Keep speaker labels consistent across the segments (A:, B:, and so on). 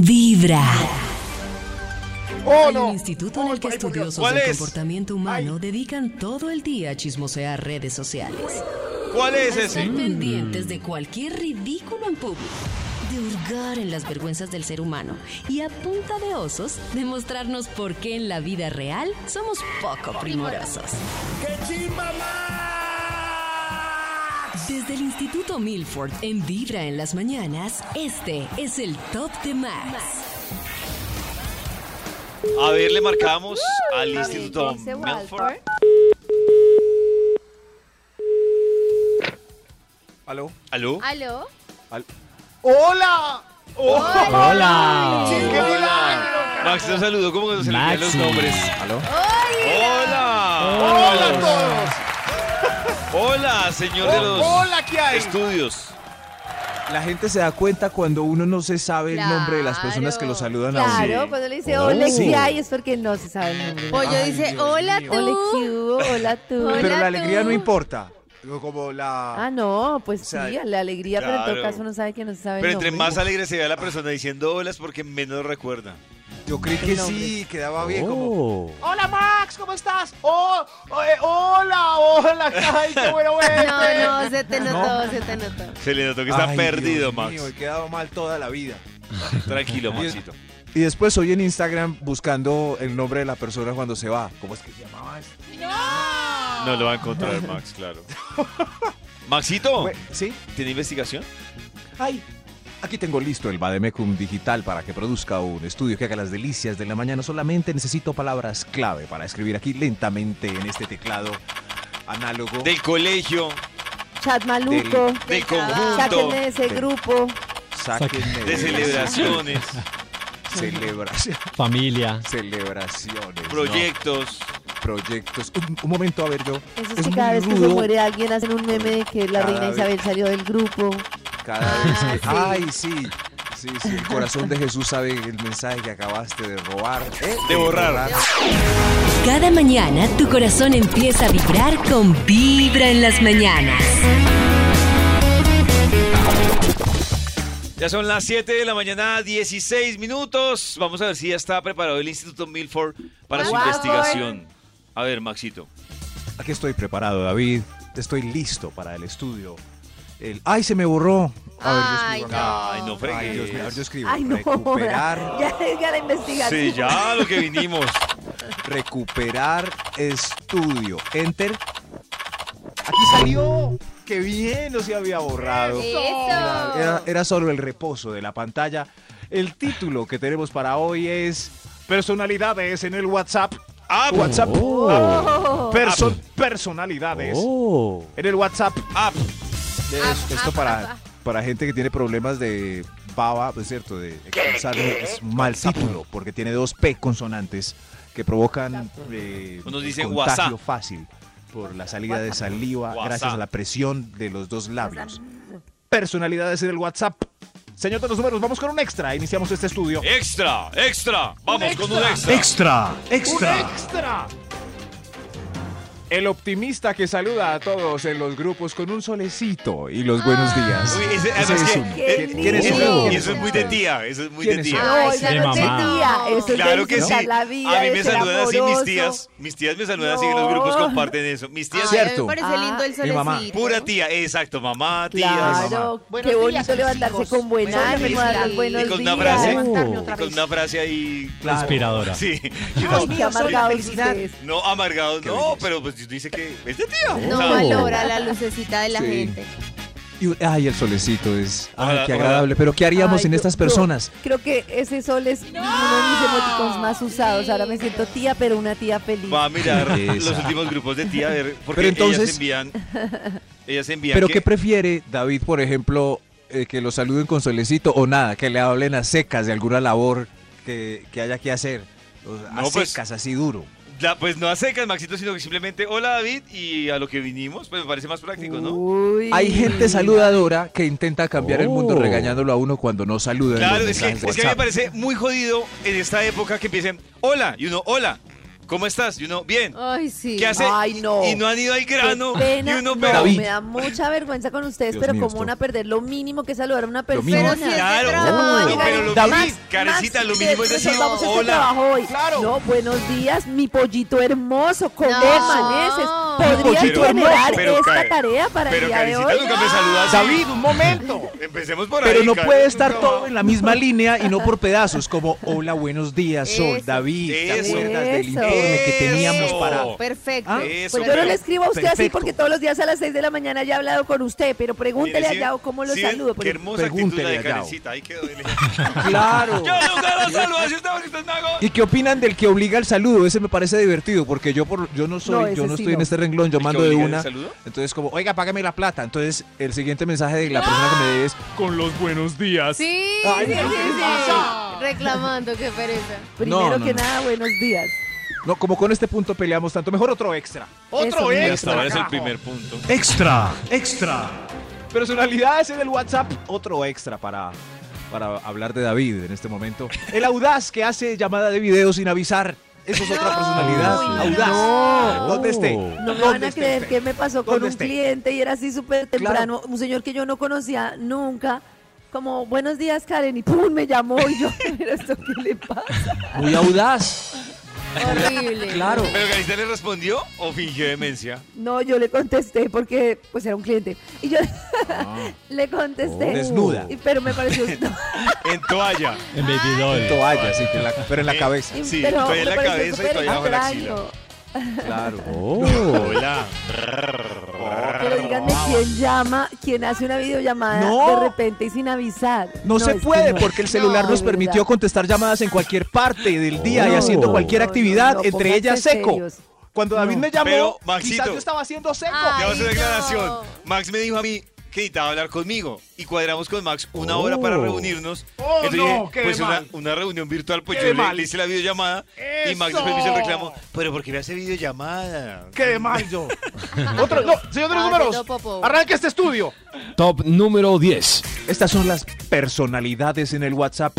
A: Vibra.
B: Oh,
C: Hay
B: no.
C: un instituto en
B: Oh,
C: el que
B: ay, por Dios.
C: estudiosos
B: ¿Cuál
C: del
B: es?
C: comportamiento humano dedican todo el día a chismosear redes sociales.
B: ¿Cuál es
C: A
B: ese?
C: estar pendientes de cualquier ridículo en público. De hurgar en las vergüenzas del ser humano y a punta de osos demostrarnos por qué en la vida real somos poco primorosos. Desde el Instituto Milford en Vibra en las mañanas, este es el Top de Max.
B: A ver, le marcamos al
D: A ver,
B: Instituto
D: dice
B: Milford.
D: Walford.
E: ¿Aló?
B: ¿Aló?
D: ¿Aló?
E: ¡Hola!
D: ¡Hola!
E: ¡Qué milagro!
B: Max, te saludo. ¿Cómo que no se le olvidan los
F: Maxi.
B: nombres?
E: ¿Aló?
B: ¡Hola!
E: ¡Hola a todos!
B: ¡Hola, señor de los
E: Oh, ¡Hola, qué hay!
B: estudios!
F: La gente se da cuenta cuando uno no se sabe el nombre de las personas
D: Claro,
F: que lo saludan a uno.
D: Claro,
B: Sí.
D: cuando le dice
F: Oh.
D: hola,
F: Sí.
D: ¿qué hay? Es porque no se sabe el nombre.
G: Pollo dice, hola tú.
D: Hola, ¿qué hubo? Hola, tú.
G: Hola,
F: Pero la
G: tú.
F: alegría no importa.
E: Como la...
D: Ah, no, pues
E: sea,
D: sí, la alegría, pero en
B: claro.
D: todo caso no sabe que no se sabe
B: Pero
D: el
B: entre
D: nombre.
B: más alegre se vea la persona diciendo hola es porque menos recuerda.
E: Yo creí que
D: El nombre.
E: sí, quedaba bien como...
F: Oh.
E: ¡Hola, Max! ¿Cómo estás? ¡Oh! oh, eh, ¡Hola! ¡Hola! ¡Ay, qué bueno verte!
G: No, no, se te notó, se te notó.
B: Se le notó que está
E: Ay,
B: perdido,
E: Dios
B: Max.
E: mío, he quedado mal toda la vida.
B: Tranquilo, Maxito.
F: Y después soy en Instagram buscando el nombre de la persona cuando se va. ¿Cómo es que se llamaba? ese?
B: No lo va a encontrar Max, claro.
E: Oh.
B: Maxito,
F: Fue- ¿Sí?
B: ¿tiene investigación?
F: ¡Ay! Aquí tengo listo el Bademecum digital para que produzca un estudio que haga las delicias de la mañana. Solamente necesito palabras clave para escribir aquí lentamente en este teclado análogo.
B: Del colegio,
D: Chat maluco,
B: del
D: sáquenme
B: conjunto,
D: de ese grupo.
F: Sáquenme
E: Eh,
B: de celebraciones,
E: Pues
F: Celebración.
H: Familia.
F: Celebraciones. ¿no?
B: proyectos.
F: proyectos. Un, un momento, a ver yo.
D: Eso
F: Es
D: es que
F: muy
D: cada vez que se
F: rudo.
D: muere alguien hacen un meme de que la
F: Cada
D: reina
F: vez.
D: Isabel salió del grupo.
F: Cada vez
D: Ah,
F: que- Ay, sí. Sí, sí. El corazón de Jesús sabe el mensaje que acabaste de robar. ¿eh?
B: De borrar.
C: Cada mañana tu corazón empieza a vibrar con Vibra en las mañanas.
B: Ya son las 7 de la mañana, 16 minutos. Vamos a ver si ya está preparado el Instituto Milford para
D: Ah,
B: su
G: Vamos.
B: investigación.
D: eh.
B: A ver, Maxito.
F: Aquí estoy preparado, David. Estoy listo para el estudio. El... Ay, se me borró. A ver, yo
G: Ay,
F: escribo acá.
G: no.
B: Ay, no
F: Ah, Ay, Dios mío, a ver, yo
B: fregues.
F: escribo.
D: Ay, no.
F: Recuperar,
D: Ya deja la investigación.
B: Sí, ya lo que vinimos.
F: recuperar estudio. Enter.
E: ¡Aquí salió!
F: ¡Qué bien! No se había borrado. Era, era-
G: Eso.
F: era solo el reposo de la pantalla. El título que tenemos para hoy es Personalidades en el WhatsApp.
B: App,
F: WhatsApp.
D: Oh.
F: Person- personalidades en el WhatsApp.
B: app.
F: Es- esto para, para gente que tiene problemas de baba, es cierto, de expulsar es un mal título porque tiene dos P consonantes que provocan eh,
B: Unos dicen
F: contagio
B: WhatsApp.
F: fácil por la salida de saliva
B: WhatsApp.
F: gracias a la presión de los dos labios. Personalidades en el WhatsApp. Señor de los números, vamos con un extra. Iniciamos este estudio.
B: Extra, extra. Vamos con un extra.
F: Extra,
E: ¡Un extra!
F: El optimista que saluda a todos en los grupos con un solecito y los buenos días.
B: Ah. Uy, ese-
F: Ese
B: además que-
F: un-
B: eh,
D: Qué
F: ¿quién es
D: lindo.
F: usted?
B: eso,
F: ¿Quién
B: eso es muy de
F: usted?
B: tía, eso es muy
F: ¿Quién
B: de
F: es
B: tía.
F: él?
D: No,
G: Ay,
D: esa
G: sí,
D: no es
G: mamá.
D: tía, eso es
B: Claro que sí.
D: disfrutar la
B: A
D: vida,
B: mí
D: de
B: me
D: ser
B: saludan así mis
D: amoroso.
B: tías. Mis tías me saludan así en los
D: No.
B: grupos comparten eso. Mis tías,
G: Ay, a mí
F: Cierto.
G: me
D: Ah.
G: parece lindo el
F: Mi mamá.
G: solecito.
B: pura tía, exacto, mamá, tía.
D: Claro, qué bonito levantarse con buen ánimo,
G: días.
D: dar los buenos
B: Y con una
D: días.
B: frase,
H: Oh.
B: y con una frase ahí.
F: Claro.
H: Inspiradora.
B: Sí. Y uno-
D: Ay, qué amargados ustedes.
B: No, amargado,
F: Qué
B: no,
F: belleza.
B: pero pues dice que es de tía.
G: No
B: O sea,
G: valora la lucecita de la
F: Sí.
G: gente.
F: Y un- ay, el solecito es. Ay,
B: Ojalá,
F: qué
B: ojalá.
F: agradable. Pero ¿qué haríamos
D: Ay,
F: en
D: yo-
F: estas
D: yo
F: personas?
D: creo que ese sol es uno de mis emoticons más usados. Ahora me siento tía, pero una tía feliz.
B: Va a mirar
F: Qué belleza.
B: los últimos grupos de tía a ver, porque
F: Pero entonces-
B: ellas envían. Ellas envían.
F: Pero
B: que-
F: ¿qué prefiere David, por ejemplo, eh, que lo saluden con solecito o nada? Que le hablen a secas de alguna labor que, que haya que hacer. O sea, a
B: No, pues-
F: secas, así duro.
B: la- pues no a secas, Maxito, sino que simplemente, hola David, y a lo que vinimos, pues me parece más práctico, ¿no?
F: Uh,
D: Uy.
F: Hay gente saludadora que intenta cambiar el mundo
H: Oh.
F: regañándolo a uno cuando no saluda. en
B: Claro,
F: los
B: es que,
F: mensajes de
B: es que a mí me
F: WhatsApp.
B: parece muy jodido en esta época que empiecen, hola, y uno, hola, ¿Cómo estás? Y uno, bien.
G: Ay, sí.
B: ¿Qué hace?
D: Ay, no.
B: Y no han ido al grano.
D: Qué pena.
B: Y uno,
D: No,
B: pero.
F: David.
D: me da mucha vergüenza con ustedes,
F: Dios
D: pero
F: mío,
D: como
F: esto-
D: van a perder lo mínimo que es saludar a una
F: mínimo.
D: persona.
G: Pero si es de
B: Claro,
G: trabajo.
B: no, pero lo
F: David.
B: mínimo, carecita, lo mínimo es decir,
D: Nosotros vamos a este
B: hola.
D: trabajo hoy.
E: Claro.
D: No, buenos días, mi pollito hermoso, ¿cómo
G: No.
D: amaneces? ¿Podrías
B: Pero-
D: generar
B: pero
D: esta
B: Karen-
D: tarea para
B: Pero
D: el día de
B: carecita
D: hoy?
B: nunca me saluda así.
E: David, un momento.
B: Empecemos por ahí.
F: Pero no
B: Karen.
F: puede estar todo en la misma línea y no por pedazos, como hola, buenos días, Sol,
G: Eso.
F: David, ¿te
B: Eso.
F: acuerdas del
D: Eso.
F: informe que teníamos
B: Eso.
F: para
G: Perfecto.
F: Ah,
B: Eso,
D: Pues yo no
B: pero-
D: le escribo a usted así
F: Perfecto.
D: porque todos los días a las 6 de la mañana ya he hablado con usted, pero pregúntele
B: Mire,
D: a
B: ¿sí ven?
D: Yao cómo lo
B: ¿sí ven?
D: saludo. por
B: Qué
D: ejemplo.
B: hermosa actitud la
F: Pregúntele
B: de
F: a Yao.
B: Karencita. Ahí quedó. dile.
F: Claro.
B: Yo nunca lo saludo así, usted porque usted es nago.
F: ¿Y qué opinan del que obliga al saludo? Ese me parece divertido porque yo por yo no
D: No,
F: soy
D: ese
F: yo no
D: sí
F: estoy
D: no.
F: en este renglón, yo
B: ¿El que
F: mando de
B: obliga el
F: una.
B: saludo?
F: Entonces como, "Oiga, págame la plata." Entonces, el siguiente mensaje de la persona que me debe es "Con los buenos días."
G: Sí,
F: Ay,
G: sí,
F: no,
G: sí,
F: ¿qué
G: sí.
E: pasa?
G: Reclamando, qué pereza.
D: Primero
F: No, no,
D: que
F: no.
D: nada, buenos días.
F: No, como con este punto peleamos tanto, mejor otro extra.
D: Eso,
E: Otro
D: mira,
B: Hasta
E: extra.
B: ahora es el
E: carajo.
B: primer punto.
F: Extra, extra. Personalidades en el WhatsApp, otro extra para para hablar de David en este momento. El audaz que hace llamada de video sin avisar. Eso es otra personalidad.
G: no.
F: audaz.
D: No.
F: ¿Dónde esté?
D: No me
F: ¿Dónde
D: van a
F: esté
D: creer
F: usted?
D: que me pasó con
F: ¿Dónde
D: un
F: esté?
D: cliente y era así súper temprano, un señor que yo no conocía nunca, como buenos días Karen y pum, me llamó y yo, pero esto qué le pasa.
F: Muy audaz.
G: Horrible.
F: Claro.
B: ¿Pero Karencita le respondió o fingió demencia?
D: No, yo le contesté porque pues era un cliente y yo
B: Ah.
D: le contesté.
F: Oh, desnuda.
D: Y- Pero me pareció... no,
B: En toalla.
A: En baby doll.
F: toalla, sí, que en la- pero en la cabeza.
D: y-
B: Sí,
D: pero
B: todavía en
D: me
B: la
D: pareció
B: cabeza y
D: súper
B: todavía bajo la
D: extraño.
F: Claro. Oh.
B: Hola.
D: Pero díganme quién llama, quién hace una videollamada
F: No.
D: de repente y sin avisar.
F: No, se
D: es que
F: puede
D: no.
F: porque el celular
D: No,
F: nos
D: de verdad.
F: permitió contestar llamadas en cualquier parte del día y
A: No.
F: haciendo cualquier
D: No, no,
F: actividad,
D: no,
F: entre
D: pónganse
F: ellas seco.
D: serios.
F: Cuando David
D: No.
F: me llamó,
B: Pero, Maxito.
F: quizás yo estaba haciendo seco.
G: Ay,
B: Ya va a ser
G: no.
B: declaración. Max me dijo a mí que necesitaba hablar conmigo y cuadramos con Max una hora para reunirnos.
E: Oh,
B: Entonces
E: no,
B: dije,
E: qué
B: pues una,
E: mal.
B: una reunión virtual, pues
E: Qué
B: yo le,
E: mal.
B: le hice la videollamada y Max
E: ¡Eso!
B: después me hizo el reclamo. Pero ¿por qué me hace videollamada?
E: Quedé mal yo. Otro, no, señor de los
G: Ah,
E: números.
G: no, Popo.
E: Arranque este estudio.
A: Top número 10.
F: Estas son las personalidades en el WhatsApp.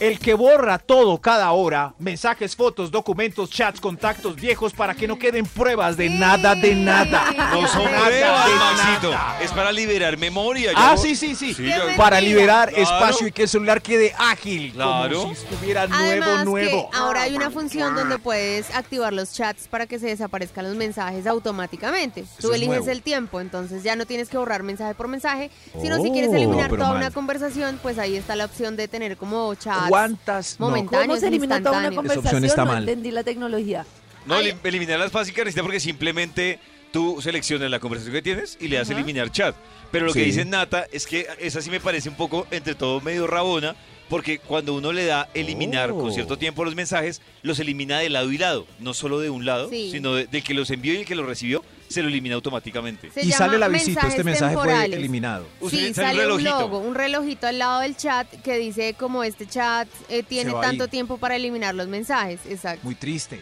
F: El que borra todo cada hora, mensajes, fotos, documentos, chats, contactos viejos para que no queden pruebas de nada, de nada.
B: No son
E: Nada,
B: pruebas,
E: de
B: Maxito.
E: nada.
B: Es para liberar memoria.
F: Ah,
B: Yo-
F: sí, sí, sí.
B: Sí, yo-
F: Para liberar
B: Claro.
F: espacio y que el celular quede ágil.
B: Claro.
F: Como si estuviera nuevo,
G: Además
F: nuevo.
G: que ahora hay una función donde puedes activar los chats para que se desaparezcan los mensajes automáticamente. Tú
F: es
G: eliges
F: nuevo.
G: el tiempo, entonces ya no tienes que borrar mensaje por mensaje, sino
F: Oh,
G: si quieres eliminar
F: pero
G: toda
F: mal.
G: una conversación, pues ahí está la opción de tener como chats.
F: ¿Cuántas? no,
G: Momentáneos,
D: ¿Cómo se elimina toda una
G: instantáneos.
F: Esa opción
D: conversación?
F: está
D: no
F: mal.
D: entendí la tecnología.
B: No, elim- eliminar las básicas necesita porque simplemente tú seleccionas la conversación que tienes y le das eliminar chat. Pero lo que
F: Sí.
B: dice Nata es que esa sí me parece un poco, entre todo, medio rabona, porque cuando uno le da eliminar
F: Oh.
B: con cierto tiempo los mensajes, los elimina de lado y lado, no solo de un lado,
G: Sí.
B: sino de- del que los envió y el que los recibió, se lo elimina automáticamente.
G: Se
F: y
G: llama
F: sale la visita.
G: mensajes
F: Este mensaje
G: temporales.
F: fue eliminado.
B: Usted
G: Sí,
B: sale un
G: sale un
B: relojito.
G: logo, un relojito al lado del chat que dice como este chat eh, tiene
F: va
G: tanto
F: ahí.
G: tiempo para eliminar los mensajes. Exacto.
F: Muy triste.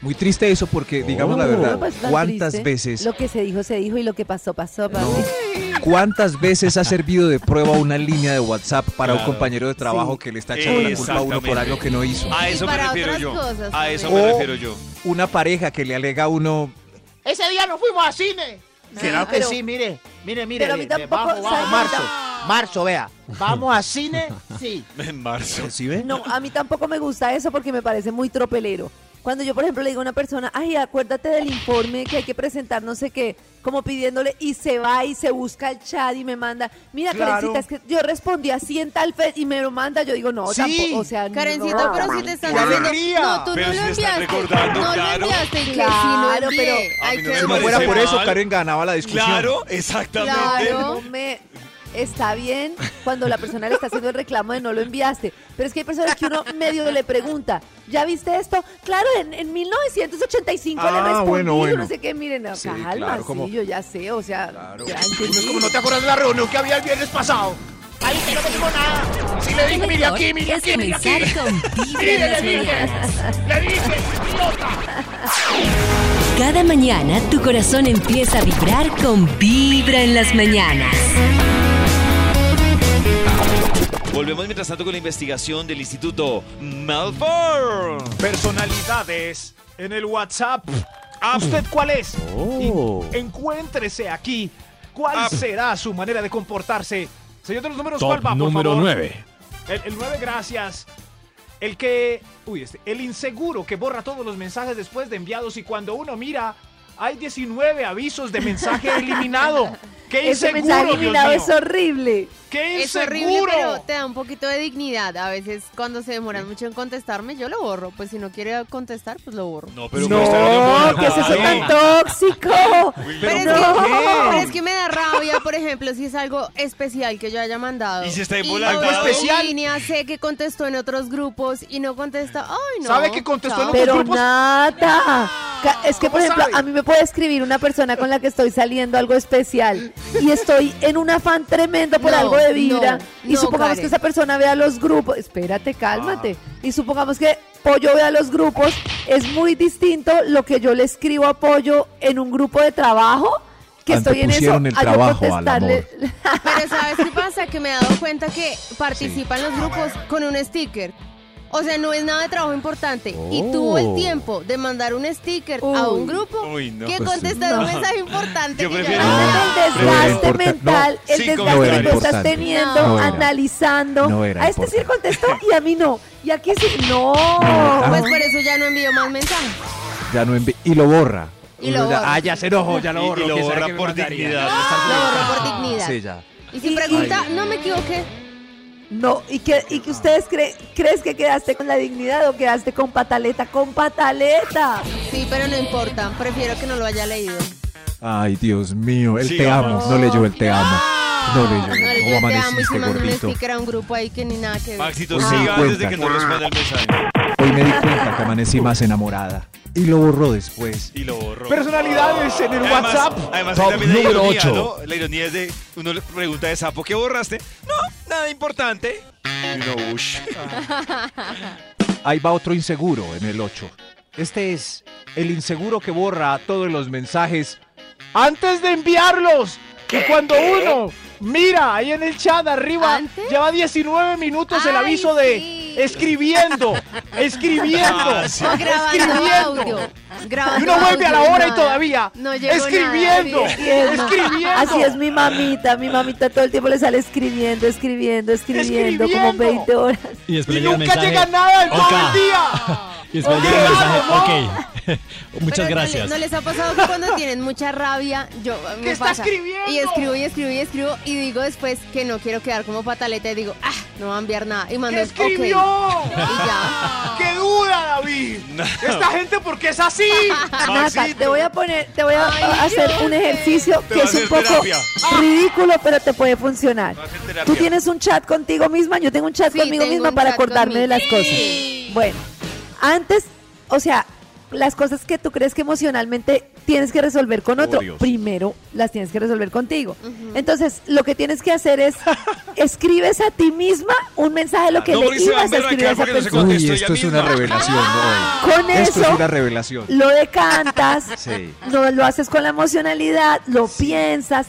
F: Muy triste eso
B: Oh.
F: porque, digamos la
D: No,
F: verdad,
D: no, pues, tan
F: ¿cuántas
D: triste.
F: veces,
D: Lo que se dijo, se dijo y lo que pasó, pasó. Pablo.
F: cuántas veces ha servido de prueba una línea de WhatsApp para un
B: Claro.
F: compañero de trabajo
D: Sí.
F: que le está echando la culpa a uno por
B: Exactamente.
F: algo que no hizo?
B: A eso me
G: para
B: refiero
G: otras
B: yo.
G: cosas
B: A eso
G: también. Oh.
B: me
F: O-
B: refiero yo.
F: Una pareja que le alega a uno,
E: Ese día no fuimos al cine.
D: ¿Será que pero- sí?
E: Mire, mire, mire.
D: pero a mí ve- ve, tampoco, bajo, bajo, ¿sabe? marzo,
E: Marzo, vea. ¿Vamos al cine? Sí.
B: En marzo.
F: ¿sí ven?
D: No, a mí tampoco me gusta eso porque me parece muy tropelero. Cuando yo, por ejemplo, le digo a una persona, ay, acuérdate del informe que hay que presentar, no sé qué, como pidiéndole, y se va y se busca el chat y me manda, mira,
F: Claro.
D: Karencita, es que yo respondí así en tal fe y me lo manda, yo digo, no,
F: Sí.
D: tampoco, o sea, no.
G: Karencita, pero si te están
E: ¡Qué
G: diciendo.
E: alegría!
G: No, tú
B: Pero
G: no
B: si
G: lo
B: te están
G: enviaste.
B: recordando,
G: no
B: claro.
G: lo enviaste. y que sí lo
D: Claro,
G: envié.
D: pero-
B: A
G: Hay
B: mí no
G: que
B: me
F: Si no
B: parece
F: fuera por eso,
B: mal.
F: Karen ganaba la discusión.
B: Claro, exactamente.
G: Claro.
D: No me- Está bien cuando la persona le está haciendo el reclamo de no lo enviaste, pero es que hay personas que uno medio le pregunta, ¿ya viste esto? Claro, en, en 1985 le
F: Ah,
D: respondí,
F: bueno,
D: yo
F: bueno.
D: no sé qué, miren, no,
F: Sí,
D: calma,
F: claro,
D: sí,
F: como-
D: yo ya sé, o sea,
F: Claro.
D: ya
E: Uno es
D: entendí.
E: como no te acuerdas de la reunión que había el viernes pasado. Ahí que no me dijo nada. Sí le dije, mire aquí, mire
C: es
E: aquí, mire aquí.
C: comenzar con Vibra
E: Mire,
C: en
E: le
C: las
E: dije.
C: mañanas.
E: Le dije, idiota.
C: Cada mañana tu corazón empieza a vibrar con Vibra en las mañanas.
B: Volvemos mientras tanto con la investigación del Instituto Malfour.
E: Personalidades en el WhatsApp. ¿A usted cuál es?
A: Oh.
E: Y encuéntrese aquí. ¿Cuál
B: Ah.
E: será su manera de comportarse? Señor de los números,
A: Top
E: ¿cuál va, por
A: número
E: favor?
A: 9.
E: El, el 9, gracias. El que. Uy, este. El inseguro que borra todos los mensajes después de enviados y cuando uno mira, hay 19 avisos de mensaje eliminado. ¡Qué
D: Ese
E: inseguro!
D: mensaje
E: Dios
D: eliminado
E: mío!
D: es horrible.
E: ¡Qué
G: Es horrible, pero
E: inseguro!
G: te da un poquito de dignidad. A veces cuando se demoran mucho en contestarme, yo lo borro. Pues si no quiere contestar, pues lo borro.
B: No, pero
D: no,
B: pues, está bien, bueno.
D: que es eso
B: Ay.
D: tan tóxico.
G: Pero, es
D: no.
G: que, pero es que me da rabia, por ejemplo, si es algo especial que yo haya mandado.
B: Y si está
G: Algo
B: embolatado.
G: especial. pues, Línea, sé que contestó en otros grupos y no contesta. Ay, no.
E: ¿Sabe que contestó en
G: chao.
E: otros
D: Pero
E: grupos?
D: nata. Ca- Es que, por
E: ¿Cómo
D: ejemplo,
E: sabe?
D: a mí me puede escribir una persona con la que estoy saliendo algo especial y estoy en un afán tremendo por
G: No,
D: algo de vida.
G: no,
D: y
G: no,
D: supongamos que
G: Karen.
D: esa persona vea los grupos. Espérate, cálmate. Y supongamos que Pollo vea los grupos. Es muy distinto lo que yo le escribo a Pollo en un grupo de trabajo que estoy en eso.
F: Antepusieron Ah, el
D: a yo
F: trabajo al
D: contestarle-
G: Pero ¿sabes qué pasa? Que me he dado cuenta que participan los grupos con un sticker. O sea, no es nada de trabajo importante. Y tuvo el tiempo de mandar un sticker a un
D: Uy.
G: grupo
B: Oh. Uy, no.
G: que
F: Pues sí.
G: contestar un mensaje importante.
B: Yo
G: que yo
B: prefiero-
G: no-
D: Entonces, Ah, el
F: No era
D: desgaste
F: importa-
D: mental,
B: no,
D: el
B: sí,
D: desgaste
B: como- No
F: era
D: que tú estás
F: importante.
D: teniendo,
F: No era.
D: analizando.
F: No era
D: a este sí le
F: importante. Ah.
D: contestó y a mí no. Y aquí sí, no.
G: Pues por eso ya no envío más mensajes.
F: Ya no envi- y lo borra.
G: Y lo
F: Uno ya-
G: borra.
F: Ah, ya se enojó, ya lo
B: Y- y
F: borro.
B: lo
F: ¿quién será
B: borra
F: que me
B: por
F: mandaría?
B: dignidad.
G: Lo borro por dignidad.
F: Sí, ya.
G: Y si pregunta, no me equivoqué.
D: No, y que, y que ustedes creen, crees que quedaste con la dignidad o quedaste con pataleta, con pataleta.
G: Sí, pero no importa. Prefiero que no lo haya leído.
F: Ay, Dios mío, el
B: Sí,
F: te
B: vamos.
F: amo. No leyó el te amo.
G: No,
F: No leyó.
G: yo
F: ¿Cómo
G: te amo
E: este
G: y si
F: amaneciste,
G: mando un
F: gordito?
G: sticker a un grupo ahí que ni nada que ver.
B: Maxito,
F: Por
B: siga antes de
F: cincuenta.
B: que no responda el mensaje.
F: Hoy me di cuenta que amanecí más enamorada. Y lo borró después.
B: Y lo borro.
E: Personalidades en el
B: Además-
E: WhatsApp.
B: Además,
A: Top
B: también hay
A: número
B: ironía,
A: ocho.
B: ¿no? La ironía es de, uno le pregunta de sapo, ¿qué borraste? No, nada importante. Y uno, "Ush".
F: Ahí va otro inseguro en el 8. Este es el inseguro que borra todos los mensajes.
E: antes de enviarlos. Y cuando uno mira ahí en el chat arriba,
G: ¿Antes?
E: lleva 19 minutos el
G: Ay,
E: aviso
G: sí.
E: de escribiendo, escribiendo,
B: Ah, sí.
G: O grabando
E: escribiendo.
G: audio.
E: Y
G: Grabando
E: uno vuelve a la
G: audio,
E: hora y
G: nada.
E: todavía
G: No llegó
E: escribiendo,
G: nada.
D: Escribiendo.
E: escribiendo.
D: Así es mi mamita, mi mamita todo el tiempo le sale escribiendo, escribiendo, escribiendo, como
E: Escribiendo.
D: 20 horas.
A: Y
E: Y
A: después le llega el
E: nunca
A: mensaje.
E: llega nada en todo
A: Oca.
E: el día.
A: Y después le llega el mensaje. Ok.
G: Pero
A: Muchas
G: no le-
A: gracias.
G: ¿no, les ha pasado que cuando tienen mucha rabia, yo me
E: está
G: pasa,
E: escribiendo?
G: Y escribo y escribo y escribo y digo después que no quiero quedar como pataleta y digo, ah, no va a enviar nada. Y mando
E: ¿Qué
G: el ok.
E: escribió?
G: Y ya.
E: ¡Qué duda, David! Esta
B: Ah.
E: gente, ¿por qué es así?
D: Nata, te voy a poner, te voy a
G: Ay,
D: a hacer
G: Dios. Ah.
D: un ejercicio
B: Te
D: que
B: va a
D: es un
B: hacer
D: poco
B: terapia.
D: ridículo, pero te puede funcionar.
B: Va a hacer terapia.
D: Tú tienes un chat contigo misma, yo tengo un chat
G: Sí,
D: conmigo
G: tengo
D: misma
G: un
D: para
G: chat
D: acordarme de las
G: conmigo.
D: cosas. Bueno, antes, o sea, las cosas que tú crees que emocionalmente tienes que resolver
B: Oh,
D: con otro,
F: Dios.
D: primero las tienes que resolver contigo. Entonces, lo que tienes que hacer es escribes a ti misma un mensaje de lo que
B: Ah, No,
D: le
B: porque se va a
D: ibas a escribir a
B: emberrancar porque no
D: esa
B: se
D: persona.
B: Contesto
F: Uy,
B: ella
F: esto es una
B: misma.
F: revelación. no,
D: Con
F: eh. Esto es
D: eso
F: una revelación.
D: lo decantas,
F: Sí.
D: Ah. no lo haces con la emocionalidad, lo piensas,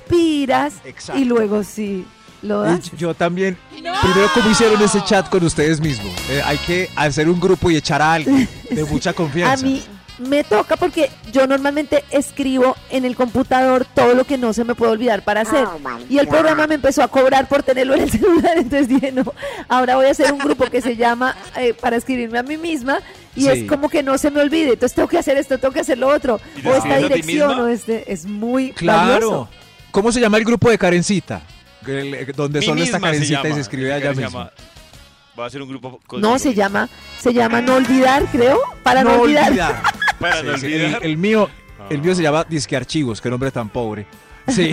D: respiras
F: Exacto.
D: y luego sí lo das.
F: Y Yo también. Primero, ¿cómo hicieron ese chat con ustedes mismos? Eh, hay que hacer un grupo y echar a alguien de mucha
D: A
F: confianza.
D: mí me toca porque yo normalmente escribo en el computador todo lo que no se me puede olvidar para hacer. y el programa me empezó a cobrar por tenerlo en el celular, entonces dije, no, ahora voy a hacer un grupo que se llama eh, para escribirme a mí misma y
F: Sí.
D: es como que no se me olvide, entonces tengo que hacer esto, tengo que hacer lo otro,
B: ¿Y te
D: o
B: escribes
D: esta
B: a ti
D: dirección,
B: misma?
D: o este, es muy valioso.
F: Claro. ¿Cómo se llama el grupo de Karencita? El- eh, Donde
B: Mi
F: solo está
B: misma se
F: Karencita y
B: llama.
F: se escribe
B: Esa
F: allá
B: se
F: mismo.
B: llama- Va a ser un grupo. con-
D: No, se llama, se llama no olvidar, creo, para no, olvidar.
B: Para no
F: Sí, sí,
B: olvidar. Ah.
F: El, el mío, el mío se llama Disque Archivos, qué nombre tan pobre. Sí.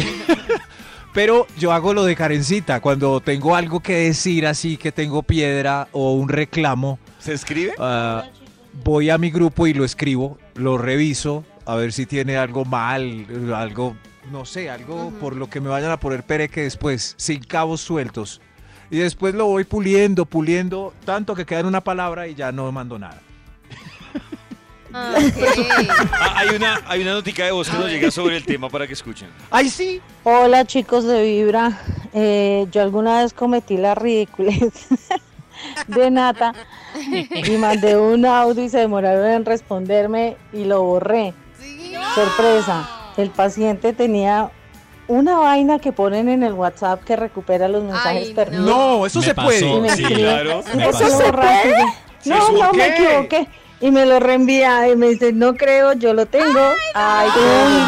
F: Pero yo hago lo de Karencita, cuando tengo algo que decir así, que tengo piedra o un reclamo,
B: ¿Se escribe?
F: ah, voy a mi grupo y lo escribo, lo reviso, a ver si tiene algo mal, algo, no sé, algo por lo que me vayan a poner pereque después, sin cabos sueltos. Y después lo voy puliendo, puliendo, tanto que queda en una palabra y ya no mando nada.
G: Ah, ok.
B: Ah, hay, una, hay una notica de voz que nos llega sobre el tema para que escuchen.
E: ¡Ay, sí!
H: Hola chicos de Vibra, Eh, yo alguna vez cometí la ridiculez de Nata y mandé un audio y se demoraron en responderme y lo borré.
G: Sí.
H: Sorpresa, el paciente tenía una vaina que ponen en el WhatsApp que recupera los mensajes
G: Ay,
H: perdidos.
E: No, eso
A: Me
E: se
A: pasó,
E: puede.
H: me
A: Sí,
H: escribe,
B: claro.
H: "No,
A: Me
H: lo
A: pasó.
H: borraste".
E: ¿Se
H: No, no,
E: equivoqué?
H: me equivoqué. Y me lo reenvía y me dice, no creo, yo lo tengo. Ay,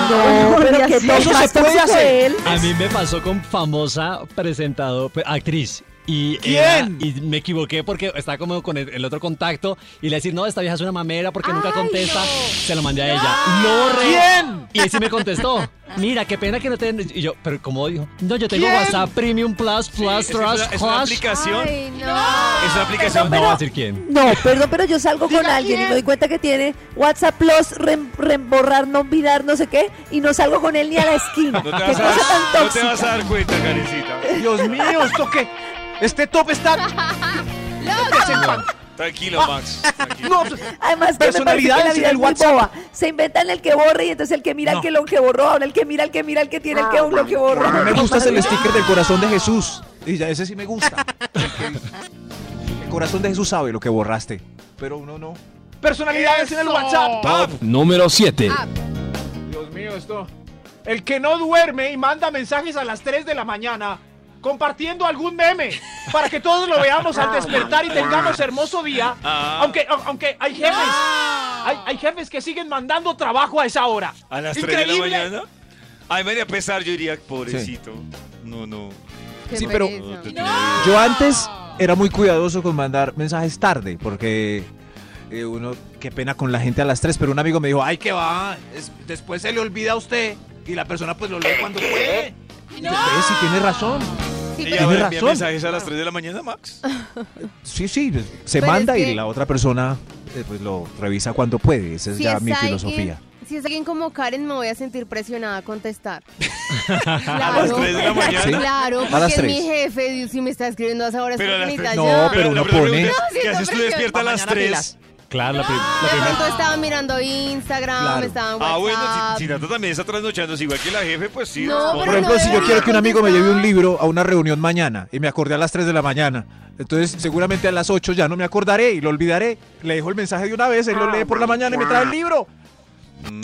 D: no, pero qué
E: Eso se puede hacer.
A: A mí me pasó con famosa presentador, pe- actriz. Y,
E: ¿Quién?
A: era- y me equivoqué porque estaba como con el, el otro contacto y le decir, no, esta vieja es una mamera porque nunca contesta. Se lo mandé a ella. Lo borré.
E: ¿Quién?
A: Y él sí me contestó, mira, qué pena que no te... Y yo, pero como dijo, no, yo tengo
E: ¿Quién?
A: WhatsApp Premium Plus, Plus,
B: es, una,
A: Trust,
B: es una
A: Plus.
B: aplicación.
G: Ay, no.
B: Es una aplicación.
A: No voy a decir quién.
D: No, perdón, pero yo salgo con
E: Diga
D: alguien
E: quién.
D: y me doy cuenta que tiene WhatsApp Plus, rem- remborrar, no olvidar, no sé qué, y no salgo con él ni a la esquina.
B: No te,
D: qué
B: vas a
D: cosa tan
B: dar, no te
D: tóxica.
B: vas a dar cuenta, Karencita.
E: Dios mío, esto que. Este top está.
B: Tranquilo, Max. Tranquilo.
E: Ah, No,
D: Además, que me parece que la
E: Personalidades
D: vida
E: en
D: es
E: el
D: muy
E: WhatsApp.
D: boba. Se inventan el que borra y entonces el que mira,
E: No.
D: el que lo que borró, ahora el que mira, el que mira, el que tiene, el que uno que borró.
F: A mí me gusta es el sticker del corazón de Jesús. Y ya ese sí me gusta. El corazón de Jesús sabe lo que borraste, pero uno no.
E: personalidades en el WhatsApp.
A: Número 7.
E: Dios mío, esto. El que no duerme y manda mensajes a las 3 de la mañana compartiendo algún meme para que todos lo veamos al despertar y tengamos hermoso día.
B: Ah.
E: Aunque, au- aunque hay jefes. Hay, hay jefes que siguen mandando trabajo a esa hora.
B: A las 3 de
E: Increíble.
B: la mañana. Ay, me a pesar, yo diría, pobrecito. No, no.
G: Qué
F: Sí, pero-
B: no,
G: pereza.
B: te tiene-
F: Yo antes era muy cuidadoso con mandar mensajes tarde, porque eh, uno, qué pena con la gente a las 3, pero un amigo me dijo, ay, que va, es- después se le olvida a usted y la persona pues lo lee cuando puede. Y yo, "Ve, sí, tiene razón.
B: Ella va
G: Sí, pero-
B: a
F: Tiene
B: enviar
F: razón.
B: mensajes a las 3 de la mañana, Max.
F: Sí, sí, se
G: Pero
F: manda
G: es que-
F: y la otra persona eh, pues lo revisa cuando puede. Esa es
G: si
F: ya
G: es
F: mi
G: alguien-
F: filosofía.
G: Si es alguien como Karen, me voy a sentir presionada a contestar.
B: A las 3 de la mañana.
G: Claro,
F: A
G: porque
F: las
G: es
F: tres.
G: mi jefe Dios, si me está escribiendo a esa hora es
B: Pero a
G: porque
B: las
G: necesita
B: tres-
F: No,
G: ayuda.
F: pero
B: la
F: uno
B: primera
F: pone-
B: pregunta es,
G: No, sí,
B: ¿Qué
G: está
B: haces tú
G: presión.
B: despierta a las 3?
A: Claro, la, pri- la
G: De
A: primera.
G: pronto estaba mirando Instagram,
F: Claro.
G: estaba en WhatsApp.
B: Ah, bueno, si, si Nata también está trasnochando, si igual que la jefe, pues sí.
G: No,
B: responde.
G: pero
F: Por ejemplo,
G: no
F: si yo
G: debería
F: quiero que un amigo me lleve un
G: contestar.
F: libro a una reunión mañana y me acordé a las 3 de la mañana, entonces seguramente a las 8 ya no me acordaré y lo olvidaré. Le dejo el mensaje de una vez, él lo
D: Ah,
F: lee por la mañana y me trae el libro.
B: Mm,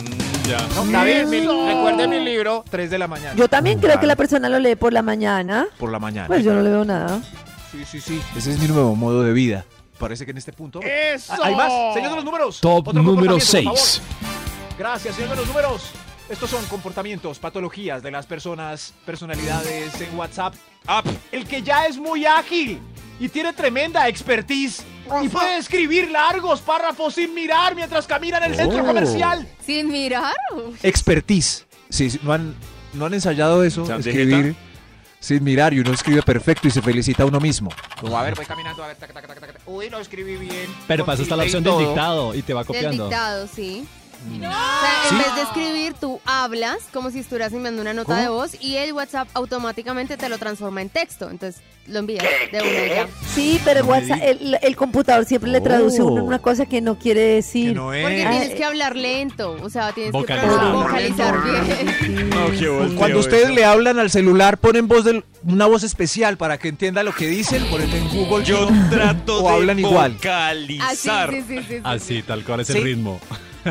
B: ya.
E: David, mi- recuerde mi libro, 3 de la mañana.
D: Yo también creo que la persona lo lee por la mañana.
F: Por la mañana.
D: Pues yo no le veo nada.
E: Sí, sí, sí.
F: Ese es mi nuevo modo de vida. Parece que en este punto...
E: ¡Eso! ¿Hay más? Señor de los números.
A: Top
E: Otro
A: número
E: comportamiento, por
A: 6.
E: favor. Gracias, señor de los números. Estos son comportamientos, patologías de las personas, personalidades en WhatsApp.
B: App.
E: El que ya es muy ágil y tiene tremenda expertise y puede escribir largos párrafos sin mirar mientras camina en el centro
A: Oh.
E: comercial.
G: Sin mirar. uy.
F: Expertise. Sí, sí, no han, no han ensayado eso,
B: ¿San de
F: escribir sin mirar y uno escribe perfecto y se felicita a uno mismo.
E: Como, a ver, voy caminando, a ver, taca, taca, taca, taca. Uy, lo escribí bien.
A: Pero
E: con
A: pasa hasta la
E: tilde y
A: opción del
E: todo.
A: dictado y te va
G: Del
A: copiando.
G: dictado, sí. O sea, en
F: ¿Sí?
G: vez de escribir, tú hablas como si estuvieras enviando una nota
F: ¿Cómo?
G: de voz y el WhatsApp automáticamente te lo transforma en texto. Entonces lo envías de una y ya.
D: Sí, pero WhatsApp, el, el computador siempre le traduce a
B: Oh.
D: uno una cosa que no quiere decir.
G: Porque
D: Ah,
G: tienes
D: eh.
G: que hablar lento, o sea, tienes
A: Vocalizar.
G: que
A: Ah,
G: probar- vocalizar bien.
B: No, qué volteo
F: Cuando ustedes
B: eso.
F: le hablan al celular, ponen voz del, una voz especial para que entienda lo que dicen, ponete en Google.
B: Yo trato
F: O
B: de
F: hablan igual.
G: Así,
B: vocalizar.
G: Ah, sí, sí, sí, sí,
A: Así, tal cual es
F: Sí.
A: el ritmo.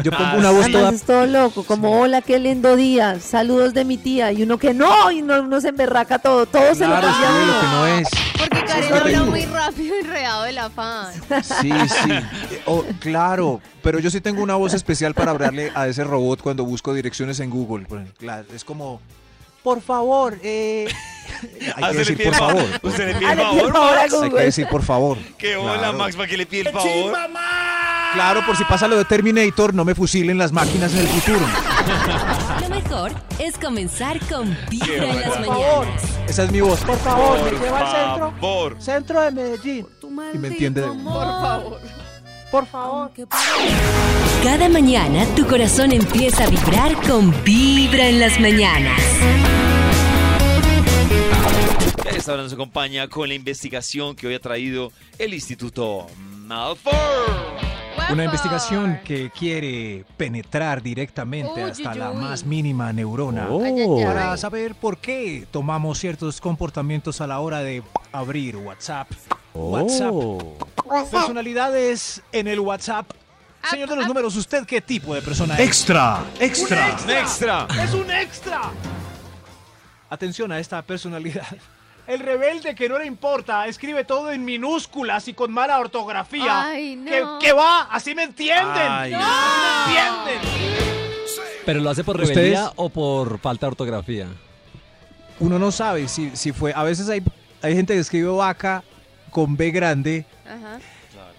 F: Yo
B: Ah,
F: pongo una voz toda
D: Además es Ah, todo loco, como hola, qué lindo día, saludos de mi tía, y uno que no, y no, uno se emberraca todo, todo se lo
F: Claro,
D: cambia
F: escribe lo
D: uno.
F: que no es.
G: Porque Karen
F: Eso es
G: habla
F: horrible.
G: muy rápido y enredado del afán.
F: Sí, sí. Eh, oh, claro, pero yo sí tengo una voz especial para hablarle a ese robot cuando busco direcciones en Google. Por ejemplo, la- Es como, por favor, eh, hay
B: Ah,
F: que
B: se le
F: decir
B: pide
F: por
B: el
F: favor.
B: favor. Usted le pide
D: Ah,
B: el
D: le pido
B: favor,
D: el favor a
B: Max.
F: Hay que
D: Google.
F: decir por favor.
B: Que hola,
F: Claro.
B: Max, ¿para qué le pide el favor?
F: Claro, por si pasa lo de Terminator, no me fusilen las máquinas en el futuro.
C: Lo mejor es comenzar con Vibra en las
B: Por
C: mañanas.
F: Esa es mi voz. Por favor,
B: Por favor.
F: Centro de Medellín. Y me entiende.
C: Cada mañana tu corazón empieza a vibrar con Vibra en las mañanas.
B: A esta hora nos acompaña con la investigación que hoy ha traído el Instituto Malfour.
G: ¡Wow!
F: Una investigación que quiere penetrar directamente
G: Uy,
F: hasta
G: uy,
F: la
G: uy.
F: más mínima neurona
I: Oh.
G: Ay, ay, ay.
F: Oh. para saber por qué tomamos ciertos comportamientos a la hora de abrir WhatsApp.
A: Oh.
F: WhatsApp.
I: Oh.
F: Personalidades en el WhatsApp.
G: Ah,
F: Señor de los números, ¿usted qué tipo de persona es?
E: Extra,
F: extra.
E: Un extra. Es un extra. Atención a esta personalidad. El rebelde que no le importa, escribe todo en minúsculas y con mala ortografía.
J: Ay, no.
E: Que, que va, así me entienden.
F: Ay.
E: Así me entienden.
A: ¿Pero lo hace por
F: ¿Ustedes?
A: rebeldía o por falta de ortografía?
F: Uno no sabe si, si fue. A veces hay, hay gente que escribe vaca con B grande
G: Ajá.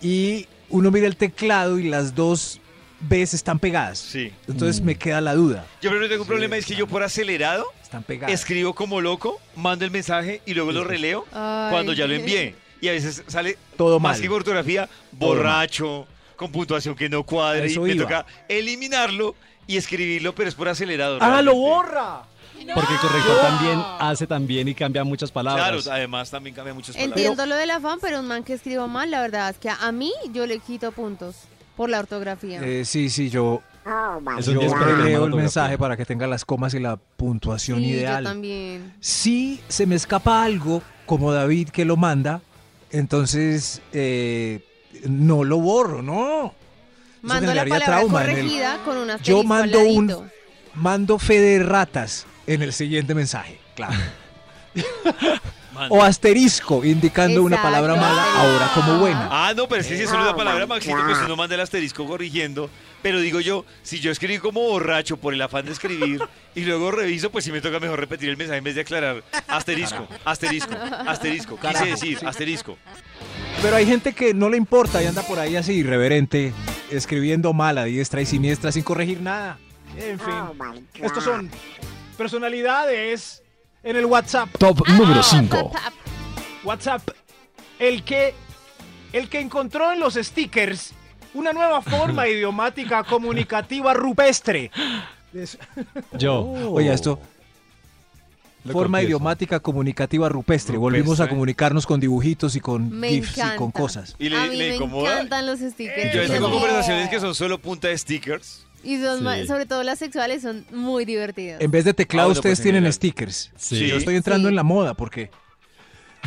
F: y uno mira el teclado y las dos Bs están pegadas.
B: Sí.
F: Entonces me queda la duda.
B: Yo primero tengo un problema, es que yo por acelerado
F: Están pegadas.
B: escribo como loco, mando el mensaje y luego lo releo
G: Ay.
B: cuando ya lo envié. Y a veces sale
F: Todo
B: más
F: mal.
B: que ortografía, borracho, con puntuación que no
F: A
B: cuadre. Y
F: eso
B: me
F: iba.
B: toca eliminarlo y escribirlo, pero es por acelerador.
E: Ah, lo
B: realmente.
E: borra.
A: Porque el corrector también hace también y cambia muchas
B: Claro,
A: palabras.
B: además también cambia muchas palabras.
G: Entiendo lo del afán, pero un man que escriba mal, la verdad es que a mí yo le quito puntos por la ortografía.
F: Eh, sí, sí, yo,
A: es
F: yo
A: un 10 por el tema de
F: leo el
A: ortografía.
F: mensaje para que tenga las comas y la puntuación
G: sí, yo
F: ideal.
G: también.
F: Si se me escapa algo, como David que lo manda, entonces eh, no lo borro, no. Eso
G: Mando la
F: generaría
G: palabra
F: trauma en el-
G: corregida con una
F: Yo mando un mando fe de ratas en el siguiente mensaje, claro.
B: Manda.
F: o asterisco indicando una palabra
G: Exacto.
F: mala ahora como buena.
B: Ah, no, pero es que si es solo la palabra Maxito, pues uno manda el asterisco corrigiendo. Pero digo yo, si yo escribí como borracho por el afán de escribir y luego reviso, pues sí me toca mejor repetir el mensaje en vez de aclarar. Asterisco, asterisco, asterisco. Quise decir, asterisco.
F: Pero hay gente que no le importa y anda por ahí así irreverente, escribiendo mal a diestra y siniestra sin corregir nada.
E: En fin.
F: Ah.
E: Estos son personalidades en el WhatsApp.
I: Top número 5.
E: WhatsApp. El que, el que encontró en los stickers una nueva forma idiomática comunicativa rupestre. Es-
A: Yo.
B: Oh.
F: Oye, esto.
A: Lo
F: forma
A: confieso.
F: idiomática comunicativa rupestre. Volvimos a
B: Rupestre.
F: comunicarnos con dibujitos y con
G: Me
F: GIFs y
G: encanta.
F: con cosas.
B: Y
G: a
B: le,
G: mí
B: le
G: me
B: incomoda.
G: encantan los stickers.
B: Yo
G: Son
B: tengo
G: muy-
B: conversaciones que son solo punta de stickers.
G: Y son
A: Sí.
G: ma- sobre todo las sexuales son muy divertidas.
F: En vez de teclado,
B: Ah, bueno,
F: ustedes
B: pues, en
F: tienen
B: general.
F: stickers.
A: Sí.
F: Yo estoy entrando
G: Sí.
F: en la moda porque.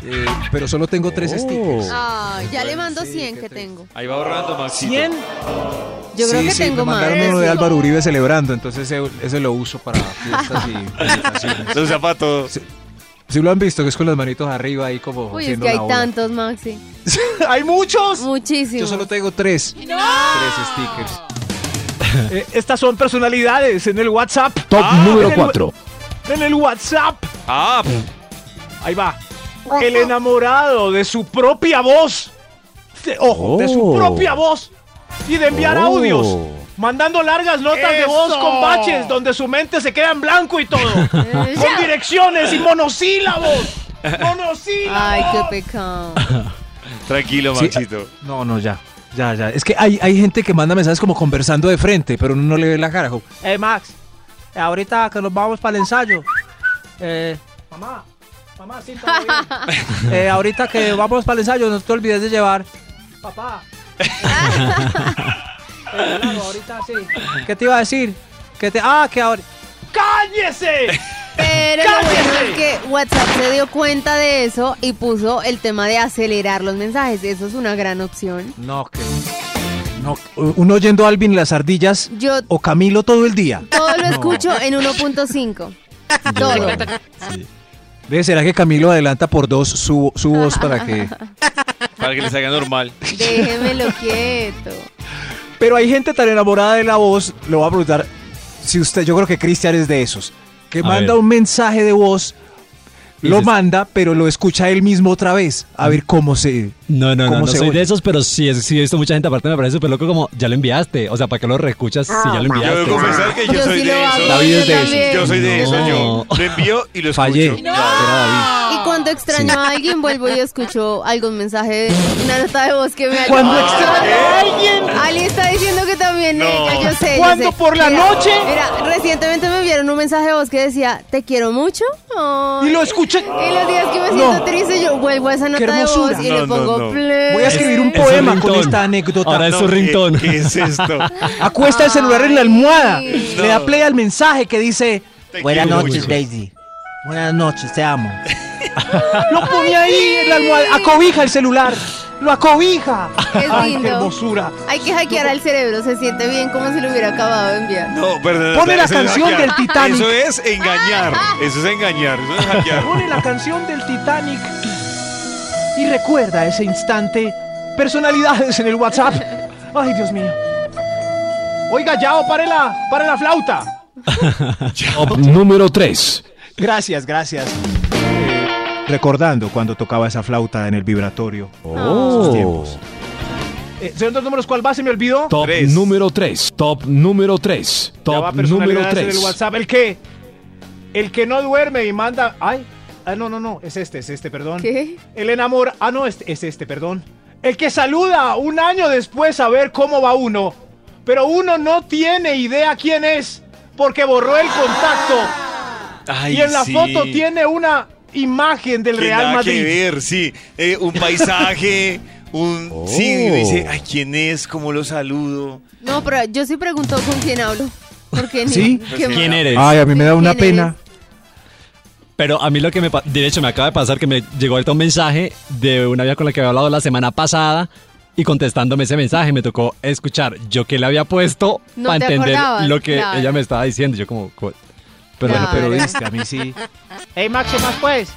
F: eh, pero solo tengo tres
A: Oh.
F: stickers.
G: Ay, ya le mando
F: sí,
G: 100
F: qué
G: que
F: triste.
G: tengo.
B: Ahí va ahorrando Maxito.
G: Yo creo
F: Sí,
G: que
F: sí,
G: tengo
F: me
G: más.
F: mandaron uno de Álvaro Uribe celebrando, entonces ese, ese lo uso para fiestas y presentaciones.
B: Los zapatos.
F: Si lo han visto, que es con las manitos arriba ahí como
G: Uy, es
F: haciendo
G: que hay
F: la ola.
G: tantos, Maxi.
E: ¡Hay muchos!
G: Muchísimos.
F: Yo solo tengo tres. Tres stickers.
E: Eh, estas son personalidades en el WhatsApp.
I: Top
E: Ah, en
I: número
E: el-
I: 4.
E: En el WhatsApp.
B: Ah, pf,
E: Ahí va. El enamorado de su propia voz. De- ojo, de su
I: Oh.
E: propia voz. Y de enviar
I: Oh.
E: audios. Mandando largas notas de voz
B: ¡Eso!
E: con baches donde su mente se queda en blanco y todo. con direcciones y monosílabos. Monosílabos.
G: Ay, qué pecado.
B: tranquilo,
F: Sí.
B: Maxito.
F: No, no, ya. Ya, ya. Es que hay, hay gente que manda mensajes como conversando de frente, pero uno no le ve la cara. como, Eh, Max, eh, ahorita que nos vamos para el ensayo. eh,
E: Mamá, mamá, sí, todo bien.
F: eh, ahorita que vamos para el ensayo, no te olvides de llevar. Eh,
E: Papá.
F: ahorita sí. ¿Qué te iba a decir? Que te, ah, que ahora.
E: ¡Cállese!
G: Pero lo
E: ¡Cállese!
G: bueno es que WhatsApp se dio cuenta de eso y puso el tema de acelerar los mensajes. Eso es una gran opción.
F: No, que. No, uno oyendo a Alvin las ardillas
G: Yo
F: o Camilo todo el día.
G: todo lo escucho en 1.5. Todo.
F: Debe será que Camilo adelanta por dos su, su voz para que.
B: Para que les haga normal.
G: Déjemelo quieto.
F: Pero hay gente tan enamorada de la voz, lo voy a preguntar si usted, yo creo que Cristian es de esos, que
A: A
F: manda
A: ver.
F: un mensaje de voz,
A: Y
F: lo
A: se-
F: manda, pero lo escucha él mismo otra vez, a ver cómo se...
A: No, no, no,
F: cómo
A: no
F: se
A: soy
F: oye.
A: de esos, pero sí, es- sí he visto mucha gente aparte me parece súper loco como, ya lo enviaste, o sea, ¿para qué lo reescuchas si
E: Ah,
B: Yo
A: ya lo
B: debo
A: enviaste?
B: confesar que yo,
G: Yo
B: soy
G: sí lo
B: de
G: hago.
B: esos.
F: David es de
G: yo
F: esos.
G: también.
B: Yo soy de esos. Yo
A: No.
B: lo envío y lo escucho.
F: Fallé, era David.
B: Ah.
G: Y cuando extraño a alguien, vuelvo y escucho algún mensaje, una nota de voz que me ha
F: Cuando
G: extraño a alguien! Ali está diciendo que también viene
B: No.
G: ella, yo sé. yo
E: ¿Cuándo
G: sé.
E: por la
G: Mira,
E: noche?
G: Mira, recientemente me enviaron un mensaje de voz que decía, te quiero mucho. Ay.
E: Y lo escuché.
G: Y los días que me
E: No.
G: siento triste, yo vuelvo a esa nota de voz
E: hermosura.
G: y
B: No,
G: le
B: no,
G: pongo
B: no.
G: play.
E: Voy a escribir un
A: Es un
E: poema con
A: ringtone.
E: esta anécdota.
A: Ahora es
B: No,
A: su
B: ¿qué-
A: ringtón.
B: ¿Qué es esto?
E: Acuesta el celular en la almohada. Le da play al mensaje que dice,
B: Te
J: Buenas
B: quiero
J: noches,
B: mucho.
J: Daisy. Buenas noches, te amo.
E: lo pone ahí en la almohada, acobija el celular, lo acobija.
G: Es
E: Ay, qué
G: lindo.
E: hermosura.
G: Hay que hackear al cerebro, se siente bien como si lo hubiera acabado de enviar.
B: No, perdón.
E: Pone la
B: eso es
E: canción del
B: hackear.
E: Titanic.
B: Eso es engañar. Eso es engañar. Eso es hackear.
E: Pone la canción del Titanic y recuerda ese instante. Personalidades en el WhatsApp. Ay, Dios mío. Oiga, Yao, pare la, pare la flauta.
I: número 3.
E: Gracias, gracias.
F: Recordando cuando tocaba esa flauta en el vibratorio.
E: Eh, señor dos números, ¿cuál va? Se me olvidó.
I: Top
B: Tres.
I: número 3. Top número 3.
E: Ya va
I: Top número
E: personalidades en el
I: 3.
E: WhatsApp. El que, el que no duerme y manda. Ay, ah, no, no, no. Es este, es este, perdón.
G: ¿Qué?
E: El enamor. Ah, no, este, es este, perdón. El que saluda un año después a ver cómo va uno. Pero uno no tiene idea quién es porque borró el contacto.
B: Ay,
E: y en la
B: sí.
E: foto tiene una imagen del
B: Que
E: Real
B: nada que
E: Madrid.
B: ver, sí. Eh, un paisaje, un... Sí, uno
F: Oh.
B: dice, ay, ¿quién es? ¿Cómo lo saludo?
G: No, pero yo sí pregunto con quién hablo. Porque ni-
F: ¿Sí?
G: qué
B: ¿Quién
G: mal.
A: ¿Quién eres?
F: Ay, a mí me da una
G: ¿Quién eres?
F: pena.
A: Pero a mí lo que me... pa- De hecho, me acaba de pasar que me llegó ahorita un mensaje de una vieja con la que había hablado la semana pasada y contestándome ese mensaje me tocó escuchar yo que le había puesto
G: No
A: para
G: te
A: entender
G: acordabas,
A: lo que
G: claro.
A: ella me estaba diciendo. Yo como... co- Pero
G: Claro.
A: bueno, pero...
F: viste, a mí sí.
E: Ey, Maxi, más pues.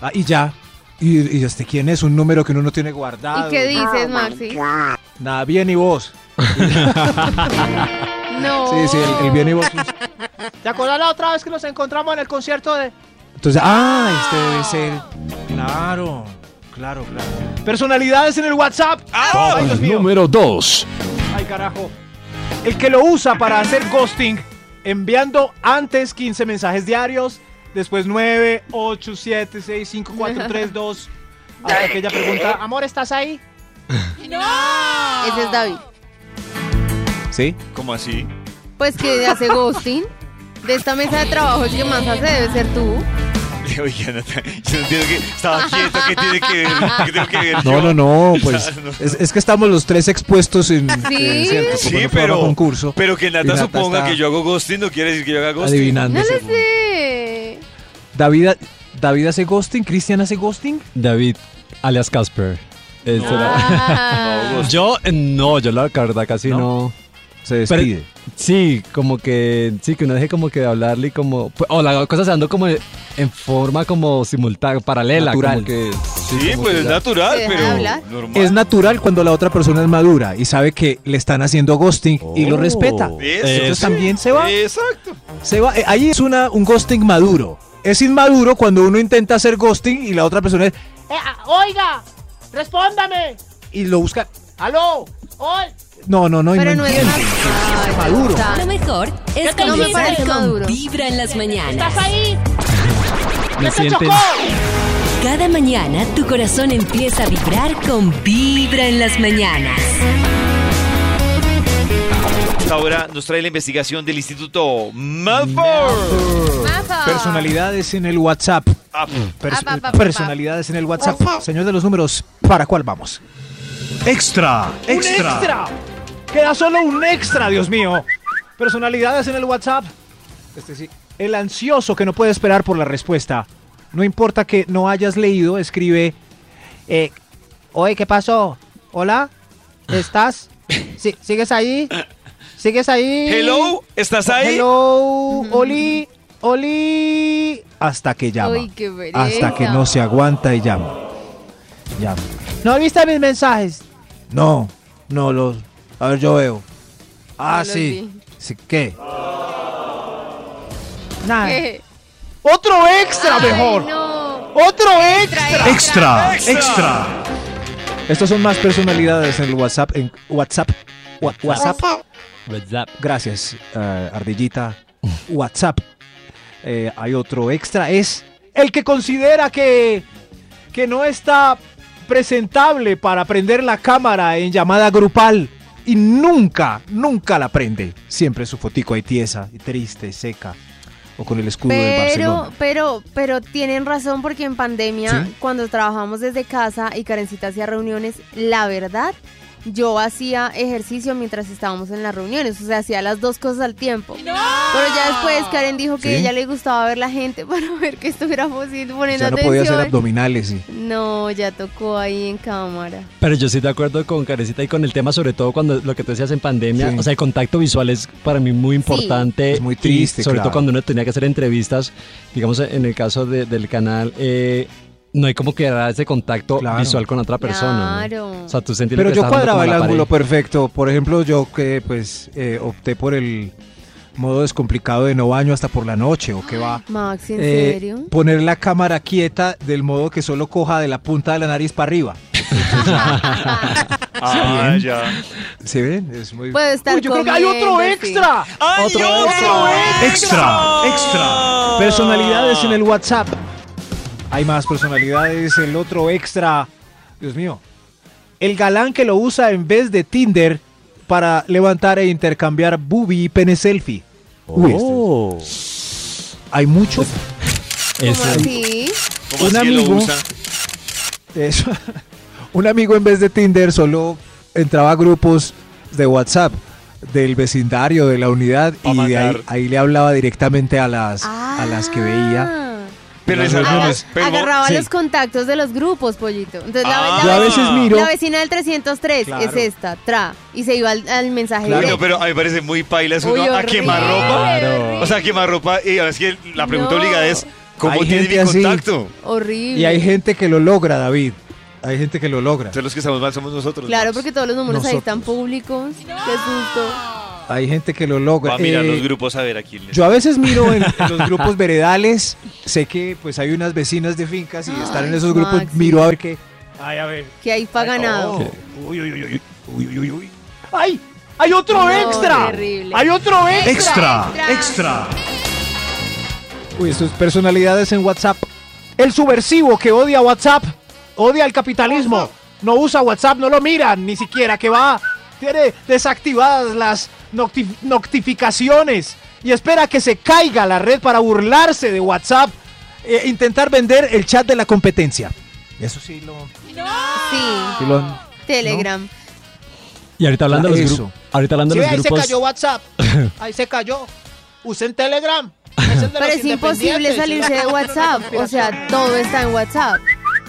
F: Ah, y ya. ¿Y, y este quién es? Un número que uno no tiene guardado.
G: ¿Y qué
B: Ah,
G: dices, Maxi?
F: Nada, bien y vos.
G: No.
F: Sí, sí, el, el bien y vos.
G: Oh.
E: ¿Te acordás la otra vez que nos encontramos en el concierto de
F: Entonces, ah, este debe ser. Claro, claro, claro.
E: personalidades en el WhatsApp?
B: Ah,
E: Ay, Dios mío.
I: Número 2.
E: Ay, carajo. El que lo usa para hacer ghosting, enviando antes 15 mensajes diarios, después 9, 8, 7, 6, 5, 4, 3, 2. Hasta que ella pregunta, amor, ¿estás ahí?
G: Ese es David.
F: ¿Sí?
B: ¿Cómo así?
G: Pues que hace ghosting. De esta mesa de trabajo el que más hace debe ser tú.
B: Oye, Nata, yo no entiendo que estaba quieta, ¿qué tiene que ver? ¿Qué tengo que ver
F: No,
B: yo?
F: no, no, pues es, es que estamos los tres expuestos en
G: Sí.
F: en cierto, como en
B: Sí,
F: un programa
B: pero,
F: concurso.
B: pero que Nata,
F: Y Nata
B: suponga
F: está
B: que yo hago ghosting no quiere decir que yo haga ghosting.
F: adivinando.
G: No le
F: seguro.
G: sé.
F: David, David hace ghosting, Cristian hace ghosting.
A: David, alias Casper. Ese era-
G: Ah.
A: Yo, eh, no, yo la verdad casi
F: ¿No?
A: no.
F: Se despide.
A: Sí, como que, sí, que uno deje como que de hablarle y como, pues, o la cosa se dando como en forma como simultánea, paralela. como
F: Natural.
A: que-
B: Sí,
A: como
B: pues
A: que
B: es
A: ya-
B: natural,
G: ¿Se deja
B: pero
G: hablar?
B: normal.
F: Es natural cuando la otra persona es madura y sabe que le están haciendo ghosting y lo respeta.
B: Oh. Eso,
F: Entonces
B: sí.
F: también se va.
B: Exacto.
F: Se va. Eh, Ahí es una, un ghosting maduro. Es inmaduro cuando uno intenta hacer ghosting y la otra persona es-
K: Eh, ah, oiga, respóndame.
F: y lo busca.
K: Aló. Oye.
F: No, no, no. y
G: Pero
F: no
G: no es
F: entiende.
G: Ay,
F: Maduro.
G: está-
C: Lo mejor es
K: Ya te
C: que
K: lo dije.
C: con
G: Maduro.
C: Vibra en las mañanas.
K: ¿Estás ahí?
A: Me
K: ¿Qué te
A: sienten-
K: chocó?
C: Cada mañana tu corazón empieza a vibrar con Vibra en las mañanas.
B: Ahora nos trae la investigación del Instituto Malfour.
G: Mafa.
F: Personalidades en el WhatsApp.
B: Ah,
F: Pers-
G: Ah, pa, pa, pa,
F: personalidades en el WhatsApp. Señor de los números, ¿para cuál vamos?
I: Extra.
E: ¡Un extra! Queda solo un extra, Dios mío. Personalidades en el WhatsApp. Este sí. El ansioso que no puede esperar por la respuesta. No importa que no hayas leído, escribe. eh,
K: Oye, ¿qué pasó? Hola. ¿Estás? Sí, ¿Sigues ahí? ¿Sigues ahí?
B: Hello, ¿estás
F: Oh,
B: ahí?
E: Hello,
K: Oli, Oli.
F: Hasta que llama.
G: Uy, qué pereza.
F: hasta que no se aguanta y llama. Llama.
K: ¿No viste mis mensajes?
F: No, no los. A ver, yo veo. Ah,
G: No los
F: sí.
G: vi.
F: sí. ¿Qué?
K: Nada.
G: ¿Qué?
E: Otro extra
G: Ay,
E: mejor.
G: no.
E: Otro extra.
I: Extra.
F: Estas son más personalidades en el WhatsApp. En WhatsApp. Wha- WhatsApp.
A: WhatsApp.
F: Gracias, eh, Ardillita. WhatsApp. Eh, hay otro extra. Es.
E: El que considera que, que no está presentable para prender la cámara en llamada grupal.
F: y nunca, nunca la prende. Siempre su fotico ahí tiesa, y triste, seca, o con el escudo del
G: Pero,
F: Barcelona.
G: pero, pero tienen razón porque en pandemia,
F: ¿Sí?
G: cuando trabajamos desde casa y Karencita hacía reuniones, la verdad, yo hacía ejercicio mientras estábamos en las reuniones, o sea, hacía las dos cosas al tiempo. Pero ya después Karen dijo que
F: ¿Sí?
G: a ella le gustaba ver la gente para ver que estuviéramos poniendo
F: Ya no podía
G: atención.
F: hacer abdominales y...
G: no, ya tocó ahí en cámara.
A: Pero yo sí de acuerdo con Carecita y con el tema, sobre todo cuando lo que tú decías en pandemia,
F: Sí.
A: o sea, el contacto visual es para mí muy importante.
F: Es muy
A: y
F: triste,
A: sobre
F: claro.
A: todo cuando uno tenía que hacer entrevistas, digamos en el caso de- del canal, eh, no hay como que dar ese contacto
F: Claro.
A: visual con otra persona. ¿no?
G: Claro.
A: O sea, tú sentir
F: Pero
A: que
F: yo
A: estás hablando
F: cuadraba
A: con
F: el
A: la
F: ángulo
A: pared.
F: perfecto. Por ejemplo, yo que pues eh, opté por el modo descomplicado de no baño hasta por la noche o que va.
G: Max, ¿en
F: Eh,
G: serio?
F: Poner la cámara quieta del modo que solo coja de la punta de la nariz para arriba.
B: Ah, ya.
F: ¿Se ven? Es muy...
G: Puedo estar
E: Uy, yo creo que hay otro
G: comiendo, sí.
E: extra.
B: ¡Ay,
A: Otro
B: otro
A: extra.
I: Extra, extra.
F: Personalidades en el WhatsApp. Hay más personalidades, el otro extra. Dios mío. El galán que lo usa en vez de Tinder para levantar e intercambiar booby y pene selfie. Uy, esto
A: Oh.
F: es- hay mucho.
G: ¿Cómo
A: Ese-
G: así?
B: ¿Cómo
F: Un
B: así que lo
F: amigo.
B: usa?
F: Eso. Un amigo en vez de Tinder solo entraba a grupos de WhatsApp del vecindario, de la unidad,
B: Pa'
F: y de ahí,
B: mandar.
F: ahí le hablaba directamente a las, a las que veía.
G: Ah.
B: Pero
F: Las
B: esa-
G: Aga-
F: reuniones.
B: pero-
G: agarraba
F: sí.
G: los contactos de los grupos, pollito. Entonces, la-
B: Ah.
G: la,
F: Yo a veces
G: vecina-
F: miro-
G: la vecina del 303 es
F: Claro.
G: esta, tra. Y se iba al, al mensaje
F: Claro.
B: Bueno,
G: directo.
B: pero a mí me parece muy paila es
G: Uy,
B: uno a
G: horrible,
B: quemarropa.
A: Claro.
B: O sea, quemarropa. Y ahora es que la pregunta
G: No.
B: obligada es:
F: Hay
B: ¿cómo tiene
F: gente
B: mi
F: así.
B: contacto?
G: Horrible.
F: Y hay gente que lo logra, David. Hay gente que lo logra.
B: Entonces, los que estamos mal somos nosotros.
G: Claro,
B: Max.
G: porque todos los números ahí están
F: Nosotros.
G: públicos. Qué susto.
F: Hay gente que lo
B: Va
F: logra.
B: a mirar
F: Eh,
B: los grupos a ver aquí.
F: yo a veces miro en, en los grupos veredales. Sé que pues hay unas vecinas de fincas y estar en
G: Ay,
F: esos grupos
G: Maxi.
F: miro a ver qué.
E: Ay, a ver.
G: Que ahí pa' ganado.
E: Oh, Uy, uy, uy, uy, uy, uy, uy, uy. ¡Ay! ¡Hay otro
G: No,
E: extra!
G: terrible.
E: ¡Hay otro extra!
I: Extra, extra.
F: Uy, esto es personalidades en WhatsApp.
E: El subversivo que odia WhatsApp, odia el capitalismo, no usa WhatsApp, no lo mira, ni siquiera que va. Tiene desactivadas las nocti- notificaciones y espera que se caiga la red para burlarse de WhatsApp.
F: Eh, intentar vender el chat de la competencia. Eso sí lo,
G: Sí.
F: sí lo han-
G: Telegram.
A: Y ahorita hablando de los,
F: Eso.
A: grupos ahorita hablando
E: Sí,
A: de los
E: ahí se
A: grupos.
E: cayó WhatsApp. Ahí se cayó. Usen Telegram. Es el de los
G: Pero es imposible
E: independientes.
G: salirse de WhatsApp. O sea, todo está en WhatsApp.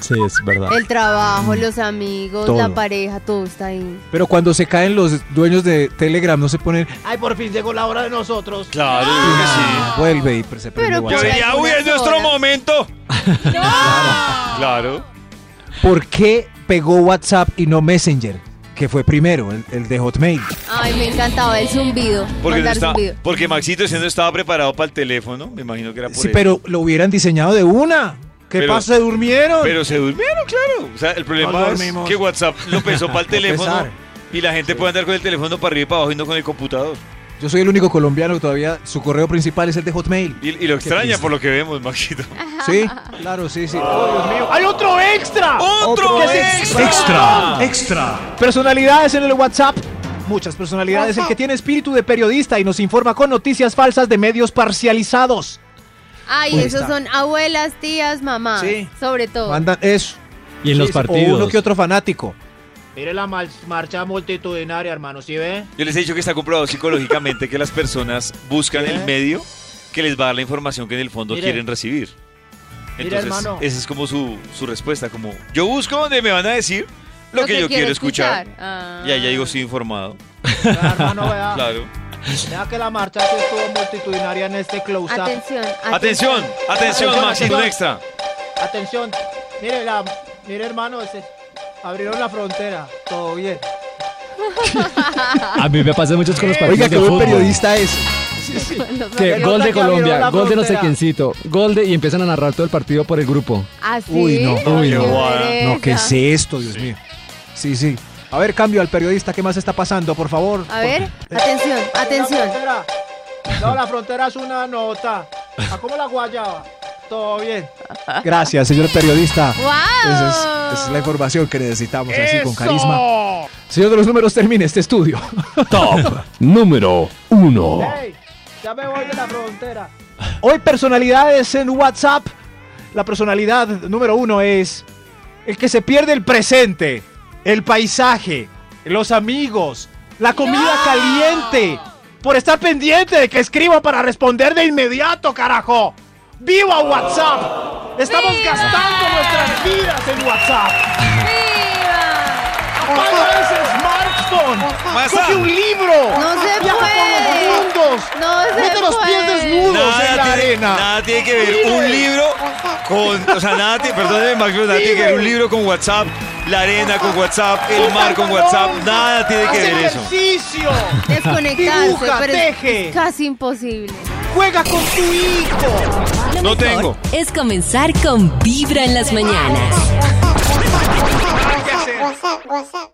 A: Sí, es verdad.
G: El trabajo, los amigos,
F: Todo.
G: la pareja, todo está ahí.
F: Pero cuando se caen los dueños de Telegram, no se ponen.
E: Ay, por fin llegó la hora de nosotros.
B: Claro, yo creo que sí.
F: Ah, Vuelve y pre- se prende
G: Pero
B: Yo
G: por
F: WhatsApp.
B: diría, uy,
G: algunas
B: es nuestro
G: horas.
B: momento. Claro.
F: ¿Por qué pegó WhatsApp y no Messenger? Que fue primero, el, el de Hotmail.
G: Ay, me encantaba el zumbido.
B: Porque, no
G: mandar
B: está-
G: zumbido.
B: porque Maxito si no estaba preparado para el teléfono. Me imagino que era por
F: Sí,
B: eso.
F: pero lo hubieran diseñado de una. ¿Qué
B: Pero-
F: pasa? ¿Se durmieron?
B: Pero se durmieron, claro. O sea, el
F: No
B: problema es
F: dormimos.
B: que WhatsApp lo pensó para el teléfono
F: pesar.
B: y la gente puede andar con el teléfono para arriba y para abajo y no con el computador.
F: Yo soy el único colombiano que todavía su correo principal es el de Hotmail.
B: Y, y lo extraña
F: triste.
B: por lo que vemos, Maxito.
F: Sí, claro, sí, sí.
B: Ah.
E: ¡Hay otro extra!
A: Oh.
B: ¡Otro
E: ¿Qué es
B: extra!
I: Extra, extra.
E: Personalidades en el WhatsApp. Muchas personalidades. El que tiene espíritu de periodista y nos informa con noticias falsas de medios parcializados.
G: Ay,
F: Uy,
G: esos
F: está.
G: son abuelas, tías, mamás.
F: Sí.
G: Sobre todo.
F: Mandan eso.
A: y en los
F: Sí, sí. O
A: partidos.
F: uno que otro fanático.
E: Mire la marcha multitudinaria, hermano, ¿sí ve?
B: Yo les he dicho que está comprobado psicológicamente que las personas buscan el medio que les va a dar la información que en el fondo
E: Mire.
B: quieren recibir.
E: Mire,
B: Entonces,
E: hermano.
B: esa es como su, su respuesta, como yo busco donde me van a decir lo, que, yo quiero escuchar.
G: Ah.
B: Y allá digo, estoy informado.
E: hermano, vea.
B: Claro.
E: Vea que la marcha sí estuvo multitudinaria en este close up.
G: Atención,
B: Atención,
G: atención.
B: atención,
E: Atención,
B: Maxito, un
E: atención.
B: extra.
E: Atención. Mire, la, mire hermano, ese- abrieron la frontera. Todo bien.
A: A mí me pasa mucho con los partidos
F: Oiga,
A: de
F: qué buen
A: fútbol.
F: periodista es.
A: Que
E: Pero
A: gol
E: otra
A: de
E: que abrió
A: Colombia,
E: la
A: gol de no sé
E: frontera.
A: quiéncito, gol de y empiezan a narrar todo el partido por el grupo.
G: Así.
F: Uy, no.
B: Uy, no.
F: No, ¿qué es esto, Dios mío? Sí, sí. A ver, cambio al periodista. ¿Qué más está pasando, por favor?
G: A ver, atención, atención.
E: La frontera. No, la frontera es una nota. ¿A cómo la guayaba? Todo bien.
F: Ah. Gracias, señor periodista.
G: ¡Wow!
F: Eso
L: Esa es la información que necesitamos, así con
F: ¡Eso!
L: carisma. Señor de los números, termine este estudio.
A: Top número 1.
F: Ey, ya me voy de la frontera. Hoy personalidades en WhatsApp. La personalidad número uno es el que se pierde el presente, el paisaje, los amigos, la comida caliente, por estar pendiente de que escriba para responder de inmediato, carajo. ¡Viva WhatsApp! Estamos gastando nuestras vidas en WhatsApp. ¡Apaga ese smartphone!
B: WhatsApp.
F: ¡Coge un libro!
G: No se
F: Viaja por
G: puede.
F: los mundos!
G: No se
F: ¡No te los pies
G: puede.
F: desnudos en la
B: tiene,
F: arena!
B: nada tiene que ver un libro con. O sea, nada tiene. Perdóneme, Max, pero nada tiene que ver un libro con WhatsApp, la arena con WhatsApp, el mar con WhatsApp. Nada tiene que
F: ¡Haz
B: ver eso.
F: ejercicio!
G: Desconectarse,
F: Dibuja,
G: pero es-
F: teje.
G: es casi imposible.
F: ¡Juega con tu hijo!
C: Lo
B: No
C: mejor
B: tengo.
C: Es comenzar con Vibra en las mañanas.
F: ¿Qué hacer?